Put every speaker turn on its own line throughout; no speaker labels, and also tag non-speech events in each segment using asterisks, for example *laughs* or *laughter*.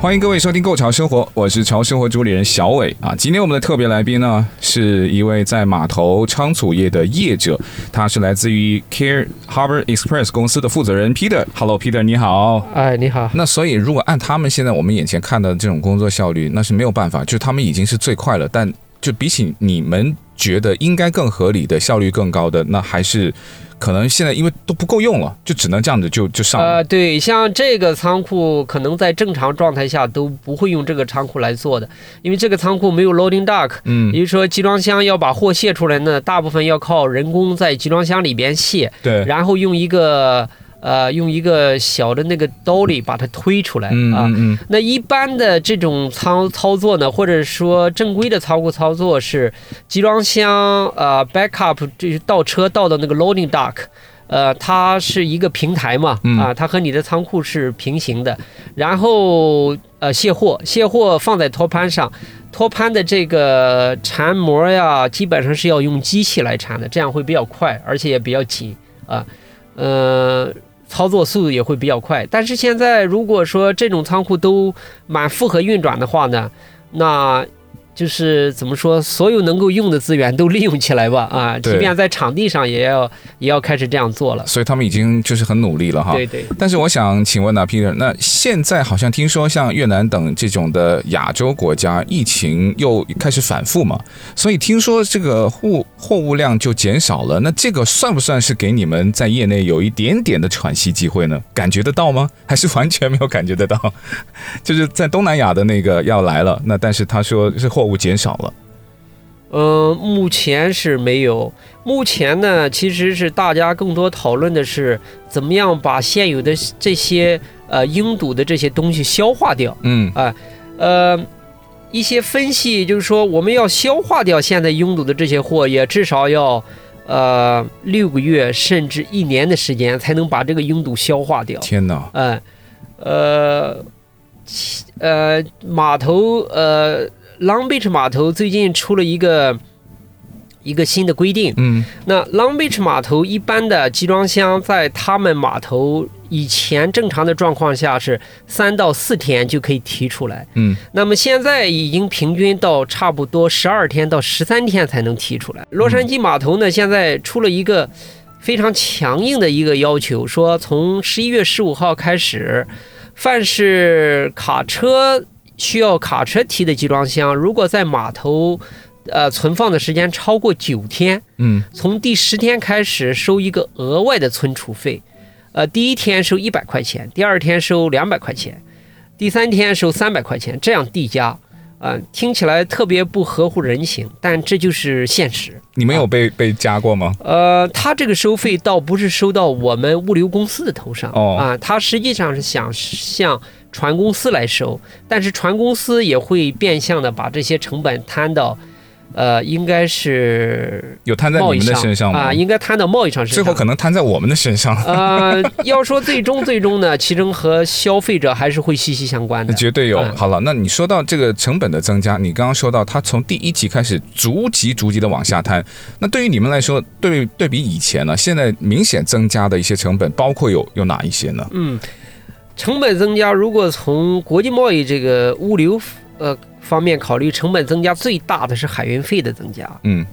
欢迎各位收听《购潮生活》，我是潮生活主理人小伟啊。今天我们的特别来宾呢，是一位在码头仓储业的业者，他是来自于 Care Harbor Express 公司的负责人 Peter。Hello，Peter，你好。
哎，你好，
那所以，如果按他们现在我们眼前看到的这种工作效率，那是没有办法，就是他们已经是最快了。但就比起你们觉得应该更合理的、效率更高的，那还是可能现在因为都不够用了，就只能这样子就就上了。
呃，对，像这个仓库，可能在正常状态下都不会用这个仓库来做的，因为这个仓库没有 loading dock，
嗯
也，就是说集装箱要把货卸出来呢，大部分要靠人工在集装箱里边卸，
对，
然后用一个呃用一个小的那个 dolly 把它推出来
嗯
啊。
嗯嗯，
那一般的这种仓操作呢，或者说正规的仓库操作是集装箱呃 backup 这是倒车倒到那个 loading dock。呃，它是一个平台嘛，
嗯
啊，它和你的仓库是平行的，然后呃卸货，卸货放在托盘上，托盘的这个缠膜呀，基本上是要用机器来缠的，这样会比较快，而且也比较紧啊，呃，操作速度也会比较快。但是现在如果说这种仓库都满负荷运转的话呢，那就是怎么说，所有能够用的资源都利用起来吧啊，
对
即便在场地上也要也要开始这样做了。
所以他们已经就是很努力了哈。
对对，
但是我想请问呢、p e t e r 那现在好像听说像越南等这种的亚洲国家，疫情又开始反复嘛，所以听说这个货货物量就减少了。那这个算不算是给你们在业内有一点点的喘息机会呢？感觉得到吗？还是完全没有感觉得到？ *laughs* 就是在东南亚的那个要来了，那但是他说是货物减少了，
嗯、目前是没有。目前呢，其实是大家更多讨论的是怎么样把现有的这些呃拥堵的这些东西消化掉。
嗯
呃，一些分析就是说，我们要消化掉现在拥堵的这些货，也至少要呃六个月甚至一年的时间才能把这个拥堵消化掉。
天哪，
嗯，呃，其呃，码头呃，Long Beach 码头最近出了一个一个新的规定。
嗯
那 Long Beach 码头一般的集装箱在他们码头以前正常的状况下是三到四天就可以提出来，
嗯，
那么现在已经平均到差不多十二天到十三天才能提出来。洛杉矶码头呢，现在出了一个非常强硬的一个要求，说从十一月十五号开始，凡是卡车需要卡车提的集装箱，如果在码头呃存放的时间超过九天，
嗯
从第十天开始收一个额外的存储费，呃，第一天收一百块钱，第二天收两百块钱，第三天收三百块钱，这样递加，啊、听起来特别不合乎人情，但这就是现实。
你们有被被加过吗？
呃，他这个收费倒不是收到我们物流公司的头上，
哦
啊，他实际上是想向船公司来收，但是船公司也会变相的把这些成本摊到，呃，应该是
有摊在
贸
你
易
们的身上吗？
啊，应该摊到贸易上身
最
上。
后可能摊在我们的身上。
呃，要说最终最终呢，其中和消费者还是会息息相关的
那。绝对有。
嗯
好了，那你说到这个成本的增加，你刚刚说到它从第一级开始逐级逐级的往下摊，那对于你们来说，对对比以前呢，现在明显增加的一些成本，包括有有哪一些呢？
嗯，成本增加，如果从国际贸易这个物流呃方面考虑，成本增加最大的是海运费的增加。啊
嗯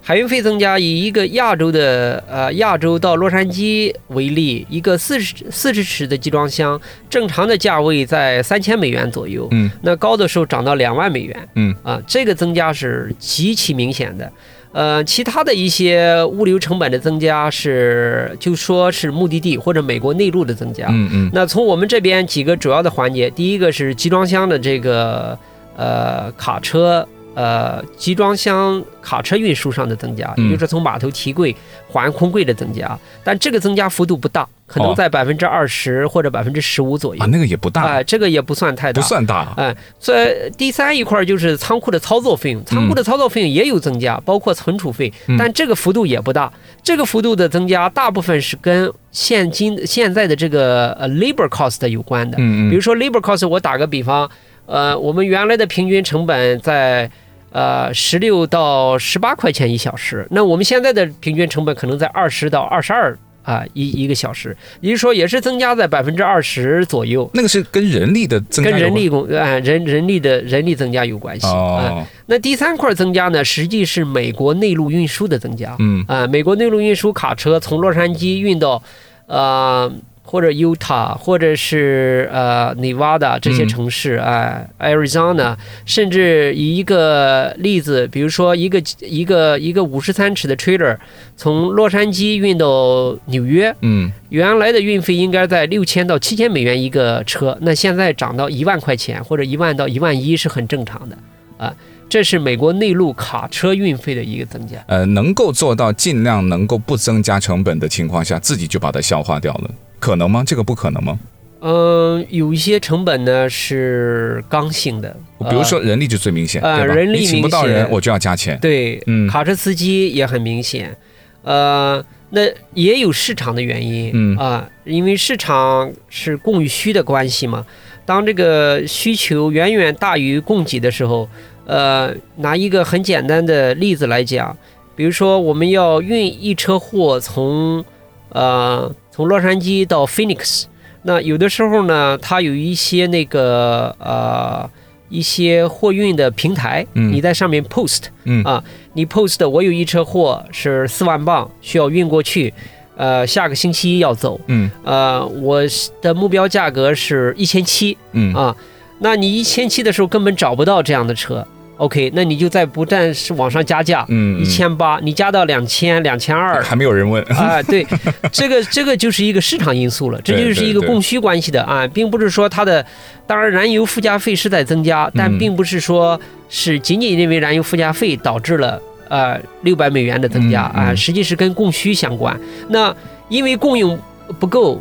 海运费增加，以一个亚洲的呃亚洲到洛杉矶为例，一个四十四十尺的集装箱，正常的价位在三千美元左右，
嗯，
那高的时候涨到两万美元，
嗯
啊，这个增加是极其明显的。呃，其他的一些物流成本的增加是，就说是目的地或者美国内陆的增加，
嗯嗯
那从我们这边几个主要的环节，第一个是集装箱的这个呃卡车。呃，集装箱卡车运输上的增加，
嗯
也就是从码头提柜、还空柜的增加，但这个增加幅度不大，可能在百分之二十或者百分之十五左右
啊，。那个也不
哎、
大，
这个也不算太大，
不算大，
哎，这第三一块儿就是仓库的操作
嗯
费用，仓库的操作费用也有增加，包括存储费，但这个幅度也不大。这个幅度的增加，大部分是跟现今现在的这个呃 labor cost 有关的。
嗯嗯
比如说 labor cost，我打个比方，呃，我们原来的平均成本在呃十六到十八块钱一小时，那我们现在的平均成本可能在二十到二十二啊一一个小时，也就是说也是增加在百分之二十左右。
那个是跟人力的增加
跟
有关，
人力工啊、人人力的人力增加有关系啊、
哦，
那第三块增加呢，实际是美国内陆运输的增加啊、
嗯
美国内陆运输卡车从洛杉矶运到呃或者 Utah 或者是呃 Nevada 这些
嗯
城市啊、Arizona，甚至以一个例子，比如说一个一个一个五十三尺的 trailer 从洛杉矶运到纽约，
嗯，
原来的运费应该在六千到七千美元一个车，那现在涨到一万块钱或者一万到一万一是很正常的啊。这是美国内陆卡车运费的一个增加。
呃，能够做到尽量能够不增加成本的情况下，自己就把它消化掉了，可能吗？这个不可能吗？
嗯，有一些成本呢是刚性的，
比如说
呃
人力就最明显，
呃
对吧？
人力
你请不到
明显
人，我就要加钱。
对，
嗯
卡车司机也很明显，呃，那也有市场的原因，
嗯
啊，因为市场是供与需的关系嘛。当这个需求远远大于供给的时候，呃，拿一个很简单的例子来讲，比如说我们要运一车货从，呃，从洛杉矶到 Phoenix，那有的时候呢，它有一些那个呃一些货运的平台，
嗯
你在上面 post，
嗯
啊，你 post 我有一车货是四万磅，需要运过去，呃，下个星期一要走，
嗯
呃，我的目标价格是一千七
嗯
啊，那你一千七的时候根本找不到这样的车，OK，那你就在不断是往上加价，
嗯，
一千八，你加到两千、两千二
嗯。还没有人问，
*laughs* 啊，对，这个这个就是一个市场因素了，这
对
就是
对
一个
对
供需关系的啊，并不是说它的，当然燃油附加费是在增加，但
嗯
并不是说是仅仅因为燃油附加费导致了呃六百美元的增加
嗯
啊，
嗯
实际是跟供需相关。那因为供应不够。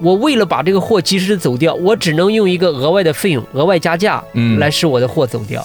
我为了把这个货及时的走掉，我只能用一个额外的费用、额外加价
嗯
来使我的货走掉。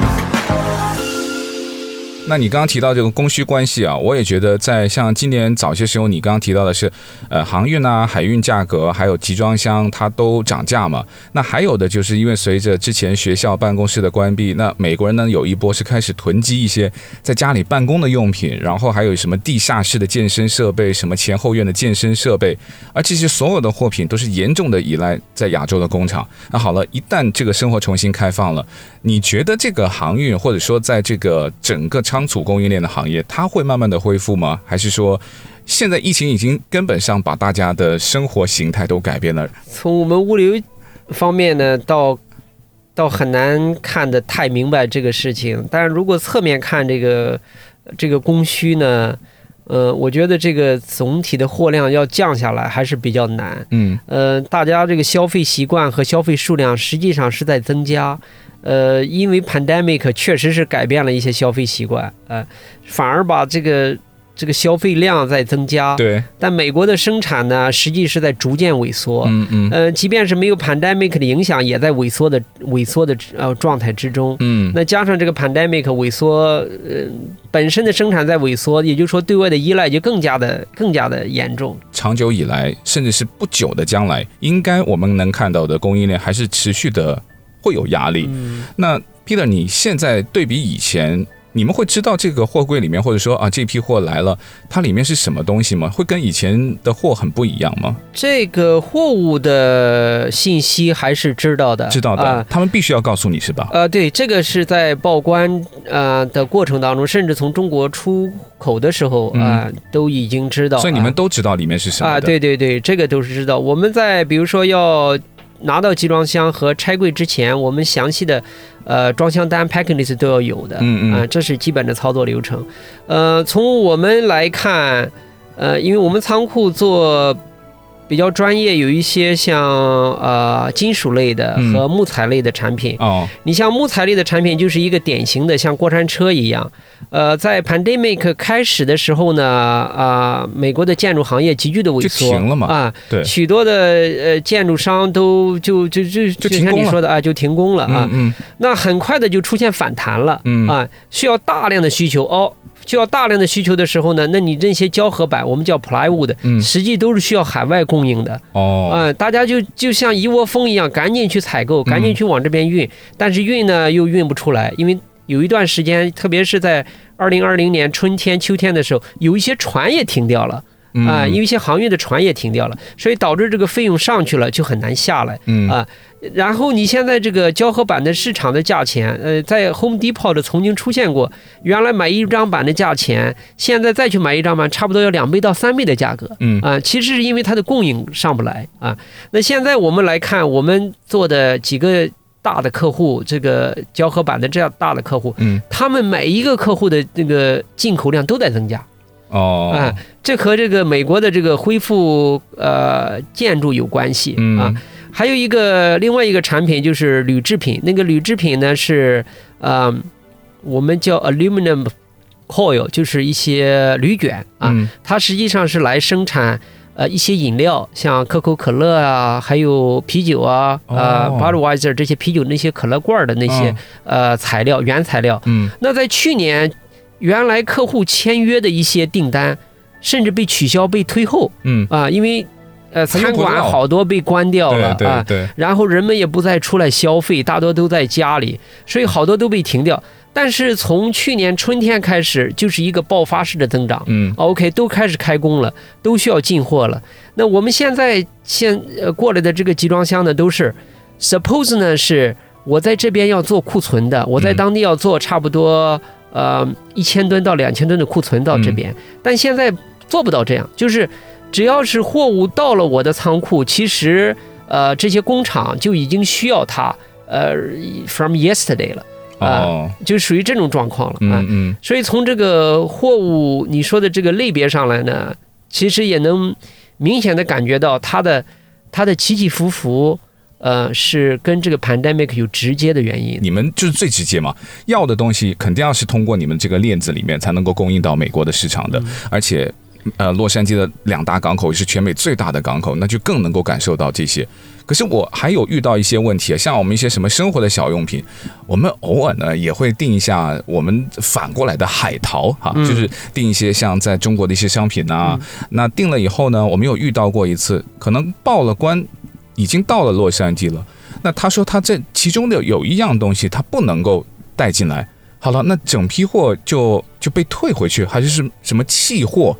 那你刚刚提到这个供需关系啊，我也觉得在像今年早些时候，你刚刚提到的是，呃，航运啊、海运价格，还有集装箱，它都涨价嘛。那还有的就是因为随着之前学校办公室的关闭，那美国人呢有一波是开始囤积一些在家里办公的用品，然后还有什么地下室的健身设备，什么前后院的健身设备，而这些所有的货品都是严重的依赖在亚洲的工厂。那好了，一旦这个生活重新开放了，你觉得这个航运，或者说在这个整个仓储供应链的行业，它会慢慢的恢复吗？还是说，现在疫情已经根本上把大家的生活形态都改变了？
从我们物流方面呢，到到很难看得太明白这个事情。但是如果侧面看这个这个供需呢，呃，我觉得这个总体的货量要降下来还是比较难。
嗯
呃，大家这个消费习惯和消费数量实际上是在增加。呃，因为 pandemic 确实是改变了一些消费习惯，呃，反而把这个这个消费量在增加。
对，
但美国的生产呢，实际是在逐渐萎缩。
嗯嗯
呃，即便是没有 pandemic 的影响，也在萎缩的萎缩的呃状态之中。
嗯，
那加上这个 pandemic 萎缩，呃，本身的生产在萎缩，也就是说对外的依赖就更加的更加的严重。
长久以来，甚至是不久的将来，应该我们能看到的供应链还是持续的会有压力。那 Peter，你现在对比以前，你们会知道这个货柜里面，或者说啊这批货来了，它里面是什么东西吗？会跟以前的货很不一样吗？
这个货物的信息还是知道的，
知道的，
啊、
他们必须要告诉你是吧？
呃，对，这个是在报关呃的过程当中，甚至从中国出口的时候啊、都已经知道。
嗯所以你们
啊
都知道里面是什么
啊，
的。
对对对，这个都是知道。我们在比如说要拿到集装箱和拆柜之前，我们详细的呃装箱单 packing list 都要有的。
嗯嗯
啊，这是基本的操作流程。呃，从我们来看，呃，因为我们仓库做比较专业，有一些像呃金属类的
嗯
和木材类的产品。
哦，
你像木材类的产品，就是一个典型的像过山车一样。呃，在 pandemic 开始的时候呢，啊、美国的建筑行业急剧的萎缩，
就停了嘛
啊，
对，
许多的呃建筑商都就就就
就
就
停
像
工
你
了
说的啊，就停工了啊。
嗯
那很快的就出现反弹了，
嗯嗯
啊，需要大量的需求哦，需要大量的需求的时候呢，那你这些胶合板，我们叫 plywood，
嗯
实际都是需要海外供应的，
哦，嗯
啊，大家就就像一窝蜂一样，赶紧去采购，赶紧去往这边运，但是运呢又运不出来，因为有一段时间，特别是在二零二零年春天、秋天的时候，有一些船也停掉了
嗯
啊，有一些航运的船也停掉了，所以导致这个费用上去了就很难下来。
嗯
啊然后你现在这个胶合板的市场的价钱，呃，在 Home Depot 的曾经出现过，原来买一张板的价钱，现在再去买一张板，差不多要两倍到三倍的价格。
嗯
啊，其实是因为它的供应上不来啊。那现在我们来看，我们做的几个大的客户，这个胶合板的这样大的客户，
嗯
他们每一个客户的那个进口量都在增加
哦，
啊。这和这个美国的这个恢复呃建筑有关系
嗯
啊。还有一个另外一个产品就是铝制品，那个铝制品呢是呃我们叫 aluminum coil，就是一些铝卷啊。
嗯
它实际上是来生产呃一些饮料，像可口可乐啊，还有啤酒啊，呃
哦
Budweiser 这些啤酒那些可乐罐儿的那些、呃材料原材料。
嗯
那在去年，原来客户签约的一些订单，甚至被取消、被推后
嗯，
啊、因为呃
他用
餐
不
馆
到
好多被关掉了
对
啊。
对对，
然后人们也不再出来消费，大多都在家里，所以好多都被停掉。但是从去年春天开始，就是一个爆发式的增长，
嗯
OK，都开始开工了，都需要进货了。那我们现在现呃过来的这个集装箱呢，都是 suppose 呢是我在这边要做库存的，我在
嗯
当地要做差不多呃一千吨到两千吨的库存到
嗯
这边，但现在做不到这样，就是只要是货物到了我的仓库，其实呃这些工厂就已经需要它呃 from yesterday 了，呃
哦，
就属于这种状况了啊。
嗯嗯
所以从这个货物你说的这个类别上来呢，其实也能明显的感觉到它的它的起起伏伏，呃，是跟这个 pandemic 有直接的原因的。
你们就是最直接嘛，要的东西肯定要是通过你们这个链子里面才能够供应到美国的市场的，而且。呃，洛杉矶的两大港口是全美最大的港口，那就更能够感受到这些。可是我还有遇到一些问题，啊像我们一些什么生活的小用品，我们偶尔呢也会订一下我们反过来的海淘哈、就是订一些像在中国的一些商品呐、那订了以后呢，我们有遇到过一次，可能报了关，已经到了洛杉矶了。那他说他这其中的有一样东西他不能够带进来。好了，那整批货就就被退回去，还是是什么弃货？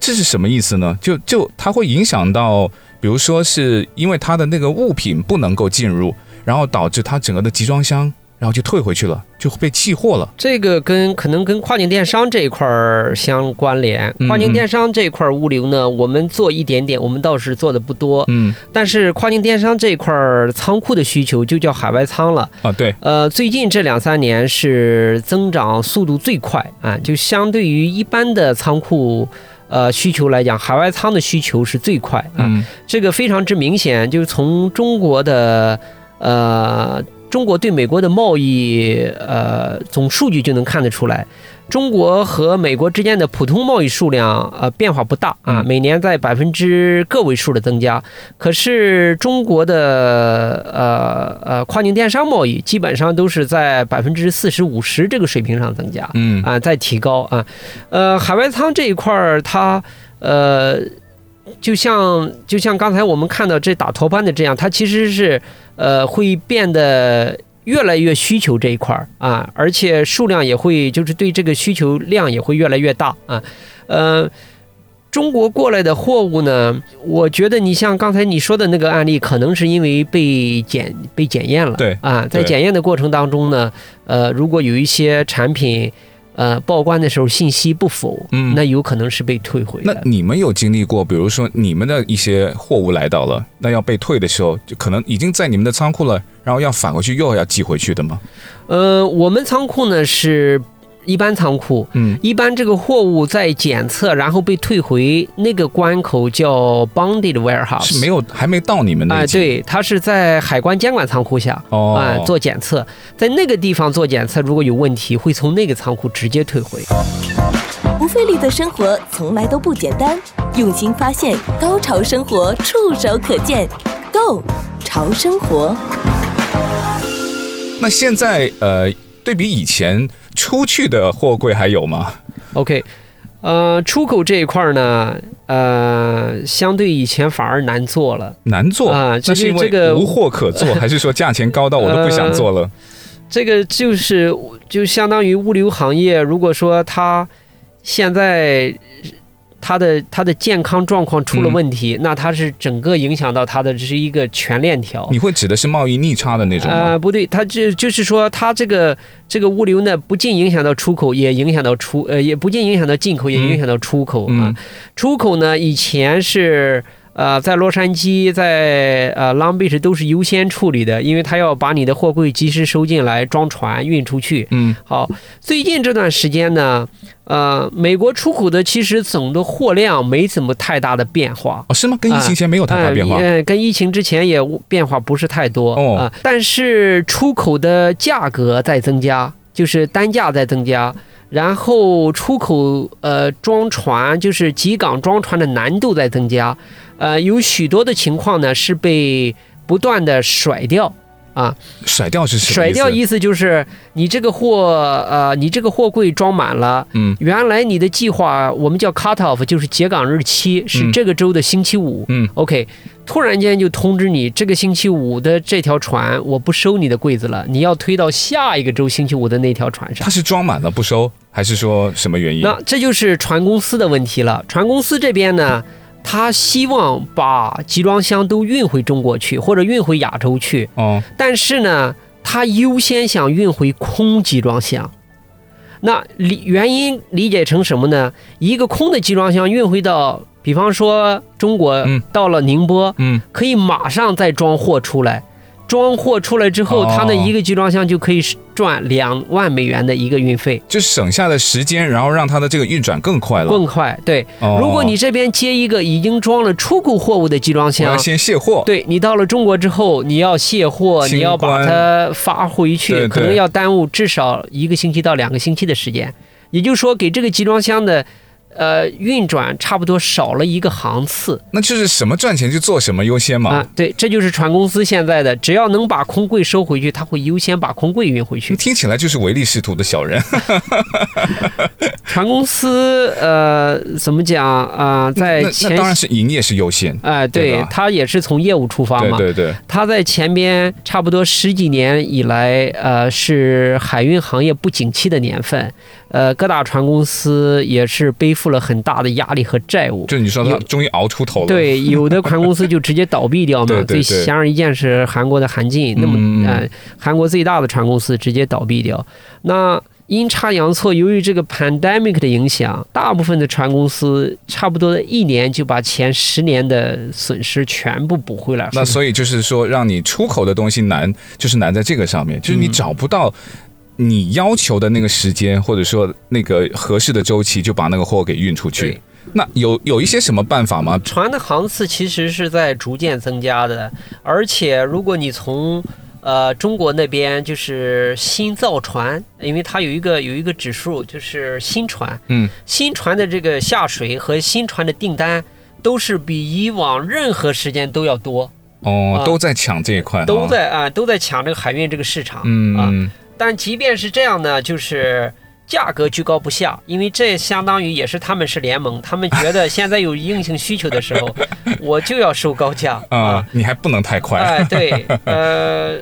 这是什么意思呢？就就它会影响到，比如说是因为它的那个物品不能够进入，然后导致它整个的集装箱，然后就退回去了，就被弃货了。
这个跟可能跟跨境电商这一块儿相关联
嗯。
跨境电商这一块儿物流呢，我们做一点点，我们倒是做的不多。
嗯
但是跨境电商这一块儿仓库的需求就叫海外仓了。
啊，对，
呃，最近这两三年是增长速度最快啊，就相对于一般的仓库。呃，需求来讲，海外仓的需求是最快啊，
嗯
这个非常之明显，就是从中国的呃，中国对美国的贸易呃总数据就能看得出来，中国和美国之间的普通贸易数量呃变化不大啊，
嗯
每年在百分之个位数的增加，可是中国的呃呃跨境电商贸易基本上都是在百分之四十五十这个水平上增加，
嗯
啊，在提高啊。呃，海外仓这一块儿，它呃，就像就像刚才我们看到这打头班的这样，它其实是呃会变得。越来越需求这一块儿啊，而且数量也会，就是对这个需求量也会越来越大啊。呃，中国过来的货物呢，我觉得你像刚才你说的那个案例，可能是因为被检被检验了，
对
啊，在
对
检验的过程当中呢，呃，如果有一些产品呃报关的时候信息不符，
嗯
那有可能是被退回
那
的。
你们有经历过，比如说你们的一些货物来到了，那要被退的时候，就可能已经在你们的仓库了，然后要返回去又要寄回去的吗？
呃，我们仓库呢是一般仓库，
嗯，
一般这个货物在检测，然后被退回那个关口叫 bonded warehouse，
是没有还没到你们
啊、
那一级
对，它是在海关监管仓库下
哦
啊、做检测，在那个地方做检测，如果有问题，会从那个仓库直接退回。
哦
不费力的生活从来都不简单，用心发现，高潮生活触手可见 g o 潮生活。
那现在呃，对比以前出去的货柜还有吗？
OK，呃，出口这一块儿呢，呃，相对以前反而难做了。
难做
啊
那
就是是
因
这
为
个呃哦
无货可
*laughs*
做，还是说价钱高到我都不想做了？
这个就是就相当于物流行业，如果说它现在它的它的健康状况出了问题，那它是整个影响到它的这是一个全链条。
你会指的是贸易逆差的那种吗？
呃，不对，它就就是说，它这个这个物流呢，不仅影响到出口，也影响到出呃，也不仅影响到进口，也
嗯
影响到出口、
嗯
啊。出口呢，以前是呃，在洛杉矶，在呃 Long Beach 都是优先处理的，因为它要把你的货柜及时收进来，装船运出去。
嗯，
好，最近这段时间呢，呃，美国出口的其实总的货量没怎么太大的变化。
哦，是吗？
啊
跟疫情前没有太大变化
嗯、呃跟疫情之前也变化不是太多啊、
哦
但是出口的价格在增加，就是单价在增加。然后出口呃装船就是集港装船的难度在增加，呃有许多的情况呢是被不断的甩掉啊，
甩掉是什么
甩掉
意思
意思就是你这个货呃，你这个货柜装满了，
嗯
原来你的计划我们叫 cut off，就是结港日期是
嗯
这个周的星期五，
嗯
，OK，突然间就通知你这个星期五的这条船我不收你的柜子了，你要推到下一个周星期五的那条船上
它。是装满了不收，还是说什么原因？
那这就是船公司的问题了。船公司这边呢，他希望把集装箱都运回中国去，或者运回亚洲去。
哦，
但是呢，它优先想运回空集装箱。那理原因理解成什么呢？一个空的集装箱运回到，比方说中国，
嗯
到了宁波，
嗯，
可以马上再装货出来。装货出来之后，
哦
它那一个集装箱就可以赚两万美元的一个运费，
就省下的时间，然后让它的这个运转更快了。
更快。对，
哦
如果你这边接一个已经装了出口货物的集装
我要
箱，
先卸货，
对你到了中国之后，你要卸货，
清
你要把
关
它发回去，
对对
可能要耽误至少一个星期到两个星期的时间。也就是说，给这个集装箱的呃运转差不多少了一个航次
那就是什么赚钱就做什么优先嘛。
啊。对，这就是船公司现在的，只要能把空柜收回去，它会优先把空柜运回去。
听起来就是唯利是图的小人。
船公司呃怎么讲啊、呃在
*laughs* 那那
前
当然是营业是优先。
哎、
对
对
吧，
它也是从业务出发
对
嘛。
对对，
它在前边差不多十几年以来，呃，是海运行业不景气的年份，呃，各大船公司也是背负了很大的压力和债务。
就你说他
有
终于熬出头了。，
对，有的船公司就直接倒闭
*laughs*
掉
对
嘛。
对对
最显而易见是韩国的韩进，那
嗯嗯
么
嗯
呃，韩国最大的船公司直接倒闭掉。那阴差阳错，由于这个 pandemic 的影响，大部分的船公司差不多一年就把前十年的损失全部补回来了。
那所以就是说，让你出口的东西难，就是难在这个上面，就是
嗯
你找不到你要求的那个时间，或者说那个合适的周期，就把那个货给运出去
对。
那有有一些什么办法吗？
船的航次其实是在逐渐增加的，而且如果你从呃中国那边就是新造船，因为它有一个有一个指数，就是新船，
嗯，
新船的这个下水和新船的订单都是比以往任何时间都要多，
哦，
啊
都在抢这一块哈，
都在啊、都在抢这个海运这个市场，
嗯
啊，
嗯
但即便是这样呢，就是价格居高不下，因为这相当于也是他们是联盟，他们
*laughs*
觉得现在有硬性需求的时候，我就要收高价
啊，，你还不能太快。
哎，对，
*laughs*
呃，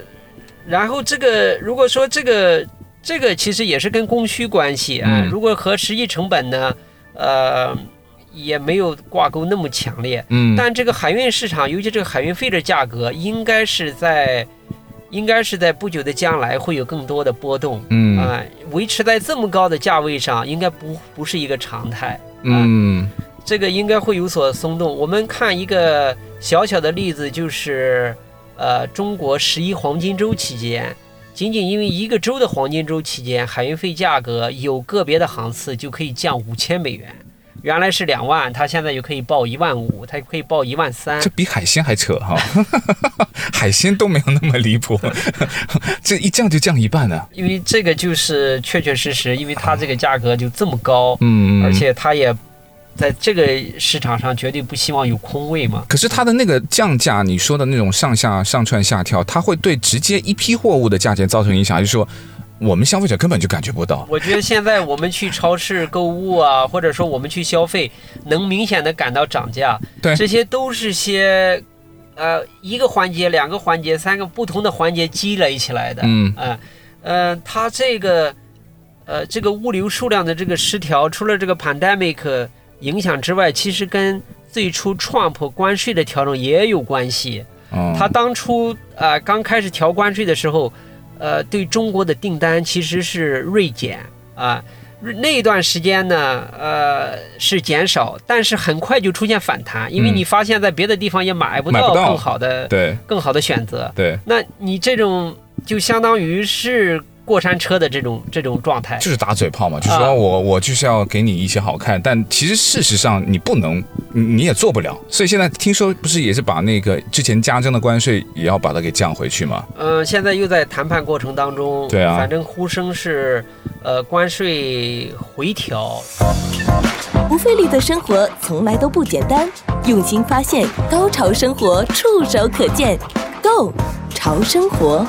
然后这个如果说这个这个其实也是跟供需关系啊、
嗯
如果和实际成本呢，呃，也没有挂钩那么强烈，
嗯，
但这个海运市场，尤其这个海运费的价格，应该是在，应该是在不久的将来会有更多的波动。
嗯
啊、维持在这么高的价位上，应该不不是一个常态，
嗯
这个应该会有所松动。我们看一个小小的例子，就是，呃，中国十一黄金周期间，仅仅因为一个周的黄金周期间，海运费价格有个别的航次就可以降五千美元，原来是两万，它现在就可以报一万五，它可以报一万三
这。比海鲜还扯哈、 *laughs* 海鲜都没有那么离谱， *laughs* 这一降就降一半呢、啊
因为这个就是确确实实，因为它这个价格就这么高，
嗯，
而且它也在这个市场上绝对不希望有空位嘛。
可是它的那个降价，你说的那种上下上窜下跳，它会对直接一批货物的价钱造成影响，还是说我们消费者根本就感觉不到？
我觉得现在我们去超市购物啊，或者说我们去消费，能明显的感到涨价，
对
这些都是些，呃，一个环节、两个环节、三个不同的环节积累起来的。
嗯
呃，呃，它这个，呃，这个物流数量的这个失调，除了这个 pandemic 影响之外，其实跟最初 Trump 关税的调整也有关系。
嗯，
他当初呃刚开始调关税的时候，呃，对中国的订单其实是锐减啊、日那一段时间呢，呃是减少，但是很快就出现反弹，因为
嗯
你发现在别的地方也买不
买
到
不到
更好的
对
更好的选择，
对，
那你这种就相当于是过山车的这种这种状态。
就是打嘴炮嘛，就说
啊
我我就是要给你一些好看，但其实事实上你不能，你你也做不了。所以现在听说不是也是把那个之前加征的关税也要把它给降回去嘛？
嗯，现在又在谈判过程当中，
对啊
反正呼声是，呃，关税回调，
不费力的生活从来都不简单，用心发现，高潮生活触手可见 g o 潮生活。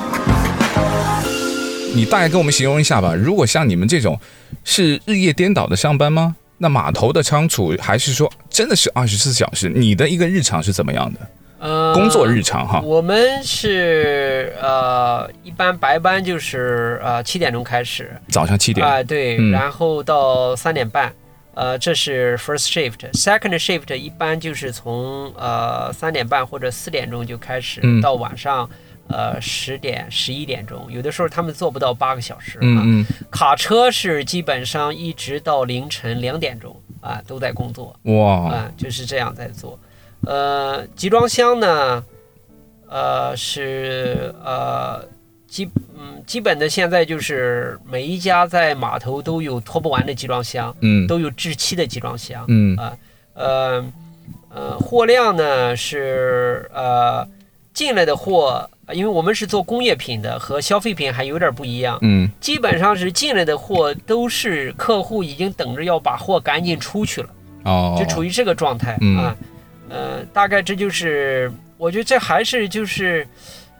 你大概跟我们形容一下吧。如果像你们这种是日夜颠倒的上班吗？那码头的仓储还是说真的是二十四小时？你的一个日常是怎么样的？
呃，
工作日啊常哈，
我们是呃，一般白班就是呃七点钟开始
早上七点
啊、对，
嗯
然后到三点半，呃，这是 first shift，second shift 一般就是从呃三点半或者四点钟就开始，
嗯
到晚上呃十点十一点钟，有的时候他们做不到八个小时啊。
嗯嗯
卡车是基本上一直到凌晨两点钟啊、都在工作。
哇，
啊，就是这样在做。呃，集装箱呢，呃是呃基嗯基本的现在就是每一家在码头都有拖不完的集装箱，
嗯
都有滞期的集装箱。
嗯
呃呃，货量呢是呃进来的货，因为我们是做工业品的，和消费品还有点不一样。
嗯，
基本上是进来的货都是客户已经等着要把货赶紧出去了。
哦，
就处于这个状态、
嗯
啊。呃，大概这就是，我觉得这还是就是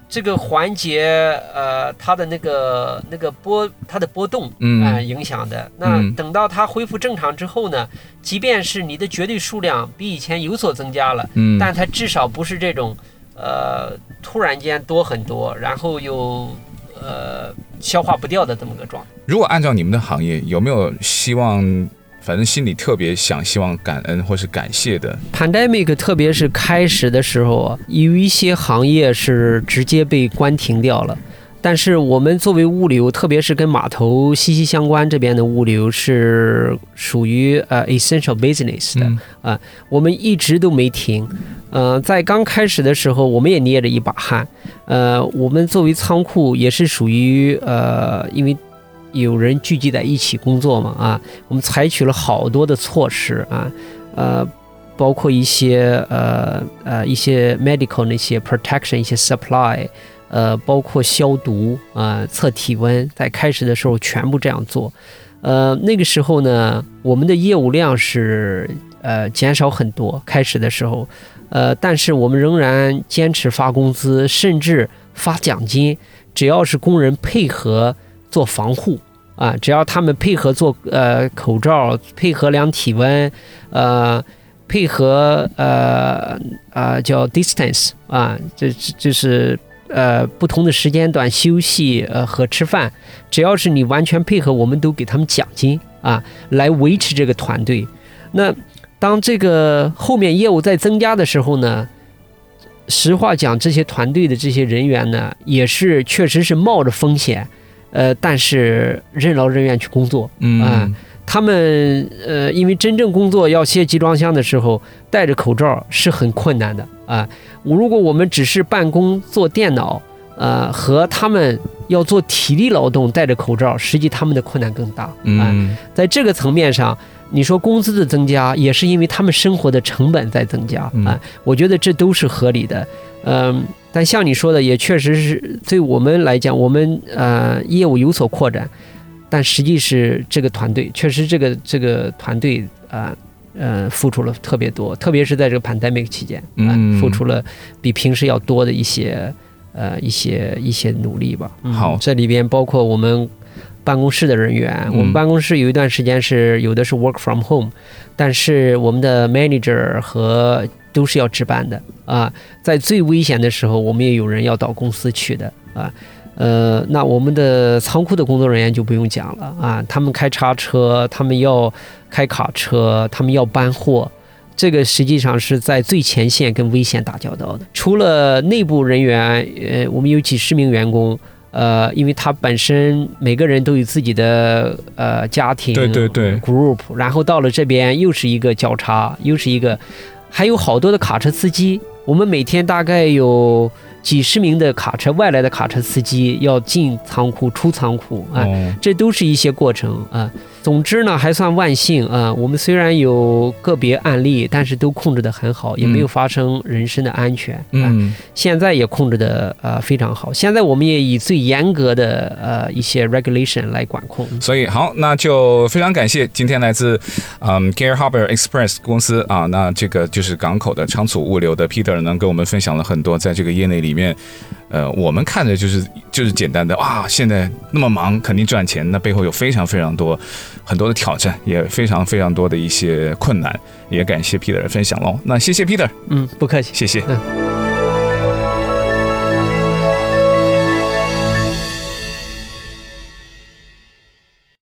这个环节，呃，它的那个那个波，它的波动，
嗯
啊影响的。那
嗯
等到它恢复正常之后呢，即便是你的绝对数量比以前有所增加了，
嗯，
但它至少不是这种，呃，突然间多很多，然后又呃消化不掉的这么个状态。
如果按照你们的行业，有没有希望，反正心里特别想希望感恩或是感谢的？
pandemic 特别是开始的时候啊，有一些行业是直接被关停掉了。但是我们作为物流，特别是跟码头息息相关这边的物流是属于呃 essential business 的，
嗯
我们一直都没停。呃，在刚开始的时候，我们也捏着一把汗。呃，我们作为仓库也是属于呃，因为有人聚集在一起工作嘛啊，我们采取了好多的措施啊，呃，包括一些呃呃一些 medical 那些 protection 一些 supply。呃，包括消毒啊、呃测体温，在开始的时候全部这样做。呃，那个时候呢，我们的业务量是呃减少很多，开始的时候，呃，但是我们仍然坚持发工资，甚至发奖金，只要是工人配合做防护啊，只要他们配合做呃口罩，配合量体温，呃。配合呃呃叫 distance 啊，这这就是呃不同的时间段休息呃和吃饭，只要是你完全配合，我们都给他们奖金啊，来维持这个团队。那当这个后面业务在增加的时候呢，实话讲，这些团队的这些人员呢，也是确实是冒着风险，呃，但是任劳任怨去工作。
嗯
啊他们呃，因为真正工作要卸集装箱的时候，戴着口罩是很困难的啊。如果我们只是办公坐电脑，呃，和他们要做体力劳动戴着口罩，实际他们的困难更大。哎
嗯，
在这个层面上，你说工资的增加，也是因为他们生活的成本在增加啊、
嗯
哎我觉得这都是合理的。嗯，但像你说的，也确实是对我们来讲，我们呃业务有所扩展，但实际是这个团队，确实这个这个团队啊。呃，付出了特别多，特别是在这个 pandemic 期间，哎
嗯
付出了比平时要多的一些呃一些一些努力吧。嗯
好
这里边包括我们办公室的人员，我
嗯
们办公室有一段时间是有的是 work from home，但是我们的 manager 和都是要值班的啊，在最危险的时候，我们也有人要到公司去的啊。呃，那我们的仓库的工作人员就不用讲了啊，他们开叉车，他们要开卡车，他们要搬货，这个实际上是在最前线跟危险打交道的。除了内部人员，呃，我们有几十名员工，呃，因为他本身每个人都有自己的呃家庭，
对对对
group，然后到了这边又是一个交叉，又是一个，还有好多的卡车司机，我们每天大概有。几十名的卡车，外来的卡车司机要进仓库、出仓库，哎、
哦，
这都是一些过程啊、总之呢，还算万幸啊、我们虽然有个别案例，但是都控制得很好，也没有发生人身的安全。啊
嗯
现在也控制的呃非常好。现在我们也以最严格的呃一些 regulation 来管控。
所以好，那就非常感谢今天来自嗯 Gear Harbor Express 公司啊，那这个就是港口的仓储物流的 Peter 呢，跟我们分享了很多在这个业内里面，呃，我们看着就是就是简单的哇，现在那么忙，肯定赚钱，那背后有非常非常多很多的挑战，也非常非常多的一些困难，也感谢 Peter 的分享喽。那谢谢 Peter，
嗯，不客气。
谢谢。
嗯